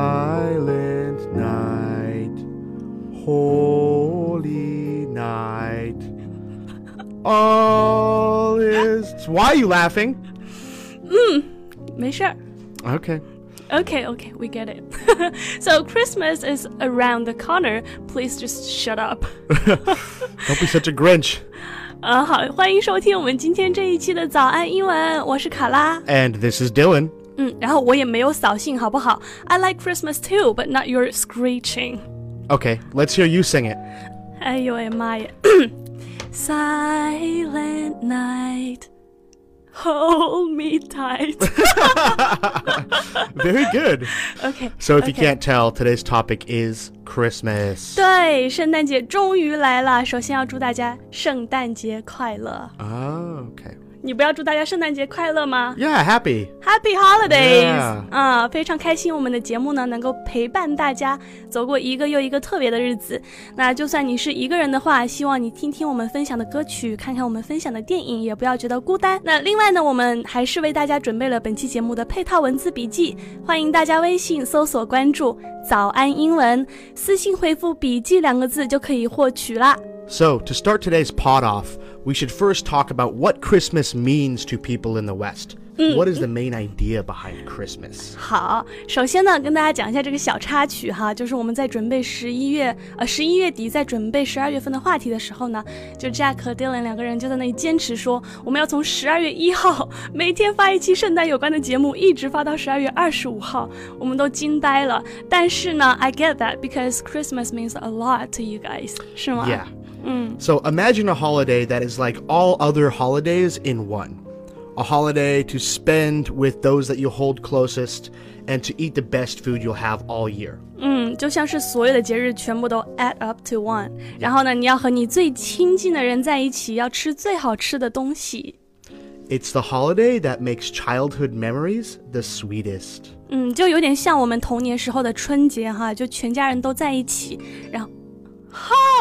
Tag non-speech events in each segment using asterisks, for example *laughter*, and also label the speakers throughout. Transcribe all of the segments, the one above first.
Speaker 1: silent night, holy night. All is. Why are you laughing?
Speaker 2: 没事儿。
Speaker 1: Okay.
Speaker 2: Okay, okay, we get it. *laughs* so Christmas is around the corner. Please just shut up. *laughs*
Speaker 1: Don't be such a Grinch.
Speaker 2: 呃，好，欢迎收听我们今天这一期的早安英文，我是卡拉。
Speaker 1: And this is Dylan.
Speaker 2: 嗯，然后我也没有扫兴，好不好？I like Christmas too, but not your screeching.
Speaker 1: Okay, let's hear you sing it.
Speaker 2: 哎呦喂妈呀！Silent night, hold me tight. *laughs*
Speaker 1: Very good.
Speaker 2: OK.
Speaker 1: So, if you
Speaker 2: OK
Speaker 1: can't tell, today's topic is Christmas.
Speaker 2: 对，圣诞节终于来了，首先要祝大家圣诞节快乐。
Speaker 1: Oh, okay.
Speaker 2: 你不要祝大家圣诞节快乐吗
Speaker 1: Yeah, happy.
Speaker 2: ？Happy holidays！啊
Speaker 1: Yeah
Speaker 2: 非常开心，我们的节目呢能够陪伴大家走过一个又一个特别的日子。那就算你是一个人的话，希望你听听我们分享的歌曲，看看我们分享的电影，也不要觉得孤单。那另外呢，我们还是为大家准备了本期节目的配套文字笔记，欢迎大家微信搜索关注“早安英文”，私信回复“笔记”两个字就可以获取啦。
Speaker 1: So, to start today's pod off, we should first talk about what Christmas means to people in the West. What is the main idea behind Christmas?
Speaker 2: 好，首先呢，跟大家讲一下这个小插曲哈，就是我们在准备十一月呃十一月底在准备十二月份的话题的时候呢，就 Jack 和 Dylan 两个人就在那里坚持说，我们要从十二月一号每天发一期圣诞有关的节目，一直发到十二月二十五号，我们都惊呆了。但是呢，I get that because Christmas means a lot to you guys，是吗
Speaker 1: Yeah. So imagine a holiday that is like all other holidays in one. A holiday to spend with those that you hold closest and to eat the best food you'll have all year.
Speaker 2: 嗯，就像是所有的节日全部都 add up to one，然后呢，你要和你最亲近的人在一起，要吃最好吃的东西。
Speaker 1: It's the holiday that makes childhood memories the sweetest.
Speaker 2: 嗯，就有点像我们童年时候的春节哈，就全家人都在一起，然后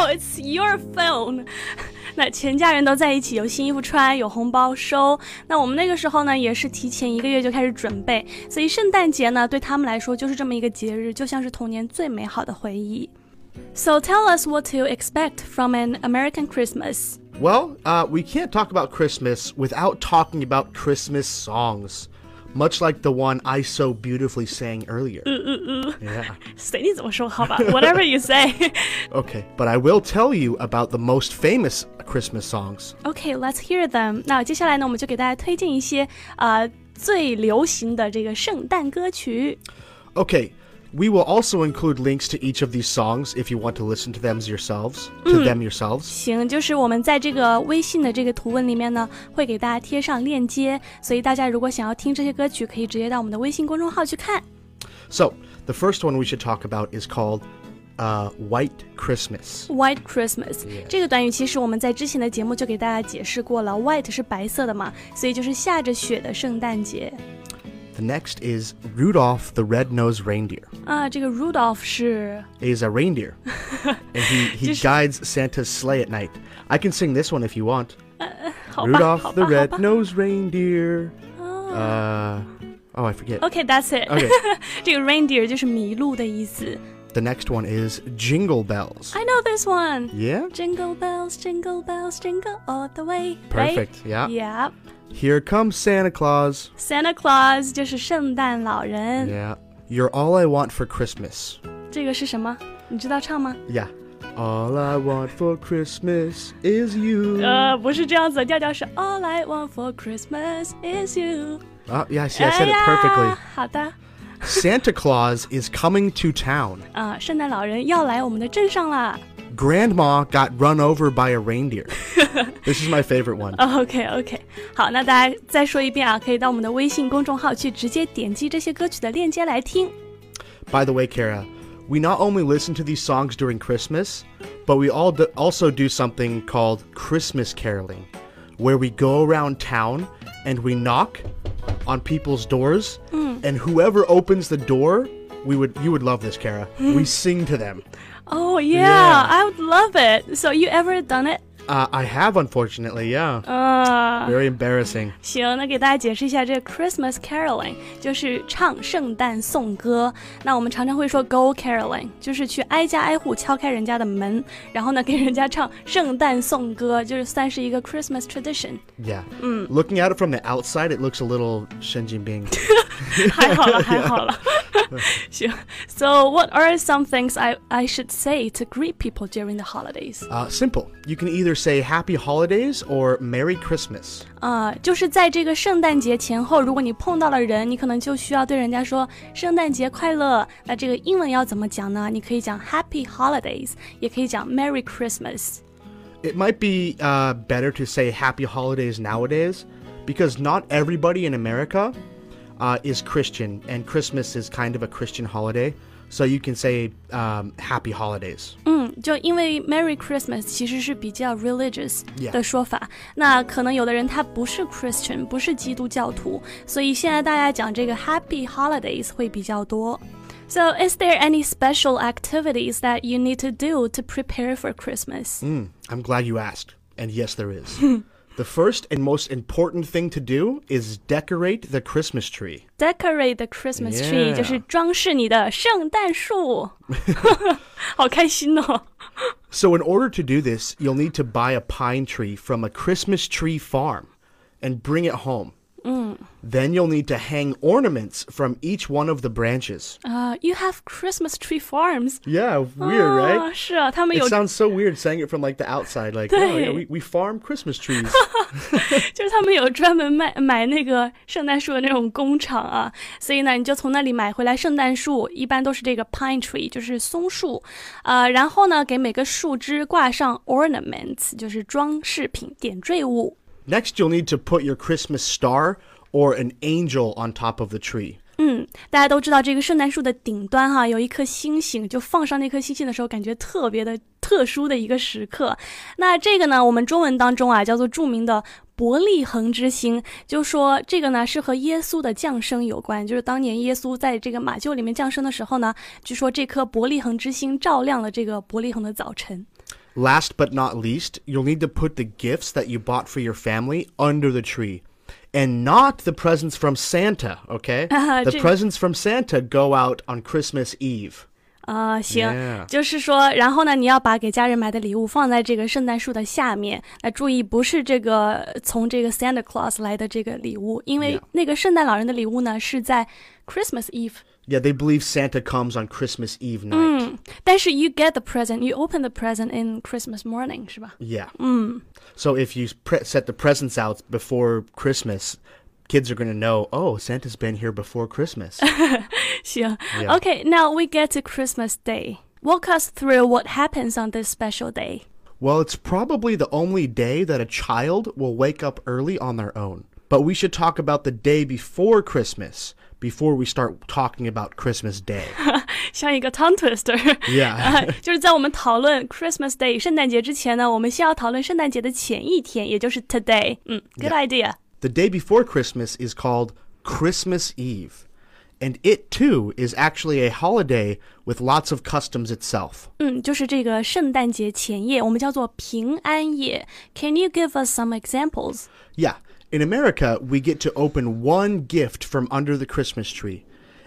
Speaker 2: ，Oh, it's your phone 。 *laughs* 那全家人都在一起，有新衣服穿，有红包收。那我们那个时候呢，也是提前一个月就开始准备，所以圣诞节呢，对他们来说就是这么一个节日，就像是童年最美好的回忆。So tell us what to expect from an American Christmas.
Speaker 1: Well, uh, we can't talk about Christmas without talking about Christmas songs, much like the one I so beautifully sang earlier. Yeah.
Speaker 2: 随你怎么说，好吧，whatever you say 。
Speaker 1: Okay, but I will tell you about the most famous Christmas songs.
Speaker 2: Okay, let's hear them. 那接下来呢，我们就给大家推荐一些呃最流行的这个圣诞歌曲。
Speaker 1: Okay, we will also include links to each of these songs if you want to listen to them yourselves. To them yourselves.
Speaker 2: 行，就是我们在这个微信的这个图文里面呢，会给大家贴上链接，所以大家如果想要听这些歌曲，可以直接到我们的微信公众号去看。
Speaker 1: So, the first one we should talk about is called uh, White Christmas.
Speaker 2: White Christmas 这个短语其实我们在之前的节目就给大家解释过了，White 是白色的嘛，所以就是下着雪的圣诞节。
Speaker 1: The next is Rudolph the Red-Nosed Reindeer.
Speaker 2: 啊，这个 Rudolph 是
Speaker 1: Is a
Speaker 2: *laughs*
Speaker 1: reindeer, and he, he
Speaker 2: Just-
Speaker 1: guides Santa's sleigh at night. I can sing this one if you
Speaker 2: *laughs*
Speaker 1: want.
Speaker 2: 好吧，好
Speaker 1: Rudolph
Speaker 2: 吧，
Speaker 1: the
Speaker 2: 好吧。
Speaker 1: Red-Nosed
Speaker 2: *laughs*
Speaker 1: Reindeer. Uh, oh, I forget.
Speaker 2: Okay, that's it.
Speaker 1: *laughs*
Speaker 2: *laughs*
Speaker 1: Okay.
Speaker 2: 这个 reindeer 就是麋鹿的意思。
Speaker 1: The next one is Jingle Bells.
Speaker 2: I know this one.
Speaker 1: Yeah,
Speaker 2: Jingle bells, jingle bells, jingle all the way.
Speaker 1: perfect. Ah.
Speaker 2: Right?
Speaker 1: Yeah.
Speaker 2: Yeah.
Speaker 1: Here comes Santa Claus.
Speaker 2: Santa Claus 就是圣诞老人。
Speaker 1: Yeah. You're all I want for Christmas.
Speaker 2: 这个是什么？你知道唱吗？
Speaker 1: Yeah. All I want for Christmas is you.
Speaker 2: 呃，不是这样子的，调调是 All I want for Christmas is you。
Speaker 1: Ah, yeah, see, I said it
Speaker 2: 哎
Speaker 1: perfectly.
Speaker 2: 呀好的，
Speaker 1: Santa Claus is coming to town.
Speaker 2: 啊、圣诞老人要来我们的镇上 *laughs* 啦。
Speaker 1: Grandma got run over by a reindeer. this is my favorite one.
Speaker 2: OK OK，好，那大家再说一遍啊，可以到我们的微信公众号去直接点击这些歌曲的链接来听。
Speaker 1: By the way, Kara, we not only listen to these songs during Christmas, but we all do, also do something called Christmas caroling, where we go around town and we knock on people's doors, and whoever opens the door, we would you would love this, Kara. We sing to them.
Speaker 2: Oh yeah,
Speaker 1: Yeah.
Speaker 2: I would love it. So you ever done it?
Speaker 1: Uh, I have, unfortunately, yeah.
Speaker 2: 嗯、
Speaker 1: Very embarrassing.
Speaker 2: 行，那给大家解释一下，这个 Christmas caroling 就是唱圣诞颂歌。那我们常常会说 go caroling，就是去挨家挨户敲开人家的门，然后呢给人家唱圣诞颂歌，就是算是一个 Christmas tradition。
Speaker 1: Yeah. Looking at it from the outside, it looks a little Shenjin Bing.
Speaker 2: 还好了，还好了。行，So what are some things I I should say to greet people during the holidays？
Speaker 1: Uh, simple. You can either say Happy Holidays or Merry Christmas.
Speaker 2: 啊、就是在这个圣诞节前后，如果你碰到了人，你可能就需要对人家说圣诞节快乐。那这个英文要怎么讲呢？你可以讲 Happy Holidays，也可以讲 Merry Christmas。
Speaker 1: It might be uh, better to say Happy Holidays nowadays because not everybody in America uh, is Christian, and Christmas is kind of a Christian holiday. So you can say um, Happy Holidays.
Speaker 2: 嗯，就因为 Merry Christmas 其实是比较 religious
Speaker 1: Yeah.
Speaker 2: 的说法那可能有的人他不是 Christian，不是基督教徒，所以现在大家讲这个 Happy Holidays 会比较多。So, is there any special activities that you need to do to prepare for Christmas?
Speaker 1: Mm, I'm glad you asked. And yes, there is. the first and most important thing to do is decorate the Christmas tree.
Speaker 2: Decorate the Christmas tree，、
Speaker 1: Yeah.
Speaker 2: 就是装饰你的圣诞树， *laughs* 好开心 *laughs* 哦！
Speaker 1: So, in order to do this, you'll need to buy a pine tree from a Christmas tree farm and bring it home. Then you'll need to hang ornaments from each one of the branches.
Speaker 2: 啊、y o u have Christmas tree farms，
Speaker 1: Yeah, weird,
Speaker 2: 啊
Speaker 1: right?
Speaker 2: 是啊，他们有
Speaker 1: It sounds so weird saying it from like the outside, like, oh, yeah, we, we farm Christmas trees.
Speaker 2: 就是他们有专门卖买那个圣诞树的那种工厂啊，所以呢，你就从那里买回来圣诞树，一般都是这个 pine tree，就是松树，呃，然后呢，给每个树枝挂上 ornaments，就是装饰品、点缀物。
Speaker 1: Next, you'll need to put your Christmas star or an angel on top of the tree.
Speaker 2: 嗯，大家都知道这个圣诞树的顶端哈、有一颗星星，就放上那颗星星的时候，感觉特别的特殊的一个时刻。那这个呢，我们中文当中啊叫做著名的伯利恒之星，就说这个呢是和耶稣的降生有关，就是当年耶稣在这个马厩里面降生的时候呢，据说这颗伯利恒之星照亮了这个伯利恒的早晨。
Speaker 1: Last but not least, you'll need to put the gifts that you bought for your family under the tree. And not the presents from Santa, okay? the
Speaker 2: gee.
Speaker 1: presents from Santa go out on Christmas Eve.
Speaker 2: 啊、行
Speaker 1: Yeah.
Speaker 2: 就是说，然后呢，你要把给家人买的礼物放在这个圣诞树的下面。那注意，不是这个呃从这个 Santa Claus 来的这个礼物，因为
Speaker 1: Yeah.
Speaker 2: 那个圣诞老人的礼物呢是在 Christmas Eve。
Speaker 1: Yeah, they believe Santa comes on Christmas Eve night.
Speaker 2: 但是 you get the present, you open the present in Christmas morning，是吧？ *laughs*
Speaker 1: Yeah. So if you pre- set the presents out before Christmas, kids are going to know, oh, Santa's been here before Christmas.
Speaker 2: 行 OK, now we get to Christmas Day. Walk us through what happens on this special day.
Speaker 1: Well, it's probably the only day that a child will wake up early on their own. But we should talk about the day before Christmas before we start talking about Christmas Day.
Speaker 2: 像一个 tongue twister。 *laughs*
Speaker 1: Yeah.
Speaker 2: 就是在我们讨论 Christmas Day 圣诞节之前呢，我们先要讨论圣诞节的前一天，也就是 today。嗯，good idea。
Speaker 1: the day before Christmas is called Christmas Eve. And it too is actually a holiday with lots of customs itself.
Speaker 2: 嗯，就是这个圣诞节前夜，我们叫做平安夜。Can you give us some examples？
Speaker 1: Yeah. In America, we get to open one gift from under the Christmas tree.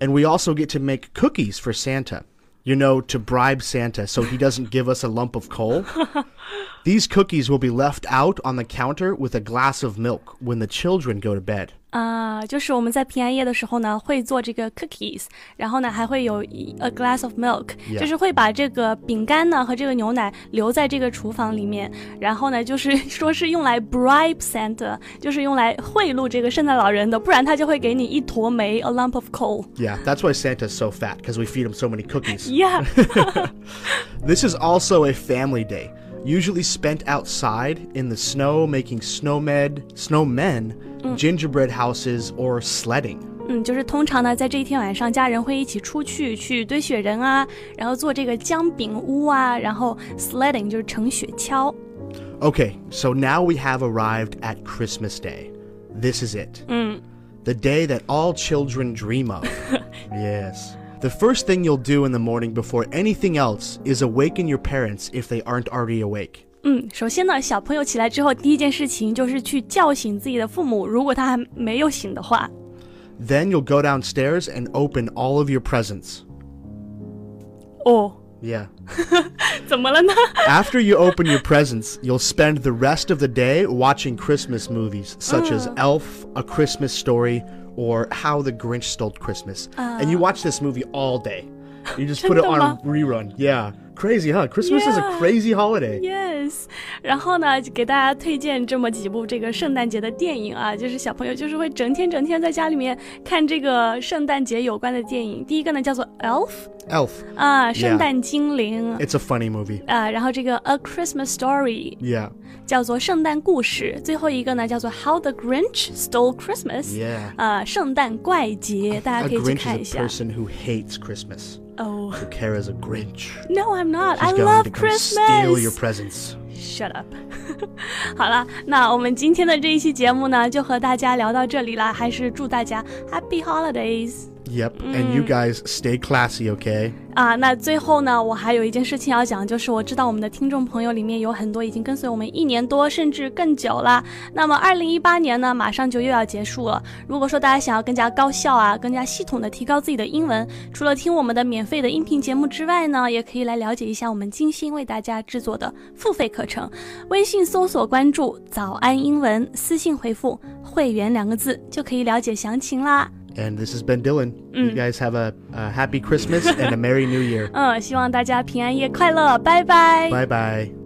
Speaker 1: And we also get to make cookies for Santa, you know, to bribe Santa so he doesn't give us a lump of coal. These cookies will be left out on the counter with a glass of milk when the children go to bed.
Speaker 2: 啊、就是我们在平安夜的时候呢，会做这个 cookies，然后呢还会有一 a glass of milk，
Speaker 1: Yeah.
Speaker 2: 就是会把这个饼干呢和这个牛奶留在这个厨房里面，然后呢就是 *laughs* 说是用来 bribe Santa，就是用来贿赂这个圣诞老人的，不然他就会给你一坨煤 a lump of coal。
Speaker 1: Yeah, that's why Santa's so fat, because we feed him so many cookies.
Speaker 2: Yeah，
Speaker 1: This is also a family day, usually spent outside in the snow making snowmed, snowmen, gingerbread houses, or sledding.
Speaker 2: 嗯，就是通常呢在这一天晚上，家人会一起出去去堆雪人啊，然后做这个姜饼屋啊，然后 sledding 就是乘雪橇。
Speaker 1: Okay, so now we have arrived at Christmas Day. This is it. The day that all children dream of. yes. The first thing you'll do in the morning before anything else is awaken your parents if they aren't already awake.
Speaker 2: 嗯，首先呢，小朋友起来之后，第一件事情就是去叫醒自己的父母，如果他还没有醒的话。
Speaker 1: Then you'll go downstairs and open all of your presents.
Speaker 2: 哦，
Speaker 1: Yeah.
Speaker 2: 怎么了呢？
Speaker 1: After you open your presents, you'll spend the rest of the day watching Christmas movies such as
Speaker 2: Ah.
Speaker 1: Elf, A Christmas Story, or How the Grinch Stole Christmas. and
Speaker 2: Ah.
Speaker 1: you watch this movie all day. You
Speaker 2: *laughs*
Speaker 1: just put it on rerun. Yeah. Crazy, huh? Christmas is a
Speaker 2: Yeah.
Speaker 1: crazy holiday.
Speaker 2: Yes，然后呢，就给大家推荐这么几部这个圣诞节的电影啊，就是小朋友就是会整天整天在家里面看这个圣诞节有关的电影。第一个呢叫做 Elf
Speaker 1: Elf.
Speaker 2: 啊，圣诞精灵
Speaker 1: It's a funny movie.
Speaker 2: 啊，然后这个 A Christmas Story
Speaker 1: Yeah.
Speaker 2: 叫做圣诞故事，最后一个呢叫做 How the Grinch Stole Christmas。
Speaker 1: Yeah.
Speaker 2: 啊，圣诞怪杰，大
Speaker 1: A
Speaker 2: 家可以去
Speaker 1: Grinch
Speaker 2: 看一
Speaker 1: is a
Speaker 2: 下。
Speaker 1: person who hates Christmas.
Speaker 2: 哦、
Speaker 1: Who cares a Grinch?
Speaker 2: n o I'm not. I
Speaker 1: He's going
Speaker 2: love
Speaker 1: to come steal your
Speaker 2: Christmas.
Speaker 1: presents.
Speaker 2: Shut up *laughs* 好了，那我们今天的这一期节目呢，就和大家聊到这里啦。还是祝大家 Happy Holidays
Speaker 1: Yep. And
Speaker 2: Mm.
Speaker 1: you guys stay classy, okay?
Speaker 2: 啊！那最后呢，我还有一件事情要讲，就是我知道我们的听众朋友里面有很多已经跟随我们一年多甚至更久啦。那么二零一八年呢，马上就又要结束了。如果说大家想要更加高效啊，更加系统的提高自己的英文，除了听我们的免费的音频节目之外呢，也可以来了解一下我们精心为大家制作的付费课程。微信搜索关注“早安英文”，私信回复“会员”两个字就可以了解详情啦。
Speaker 1: And this has been Dylan. You guys have a, a happy Christmas and a Merry New Year.
Speaker 2: 嗯，希望大家平安夜快乐，拜拜。
Speaker 1: Bye bye.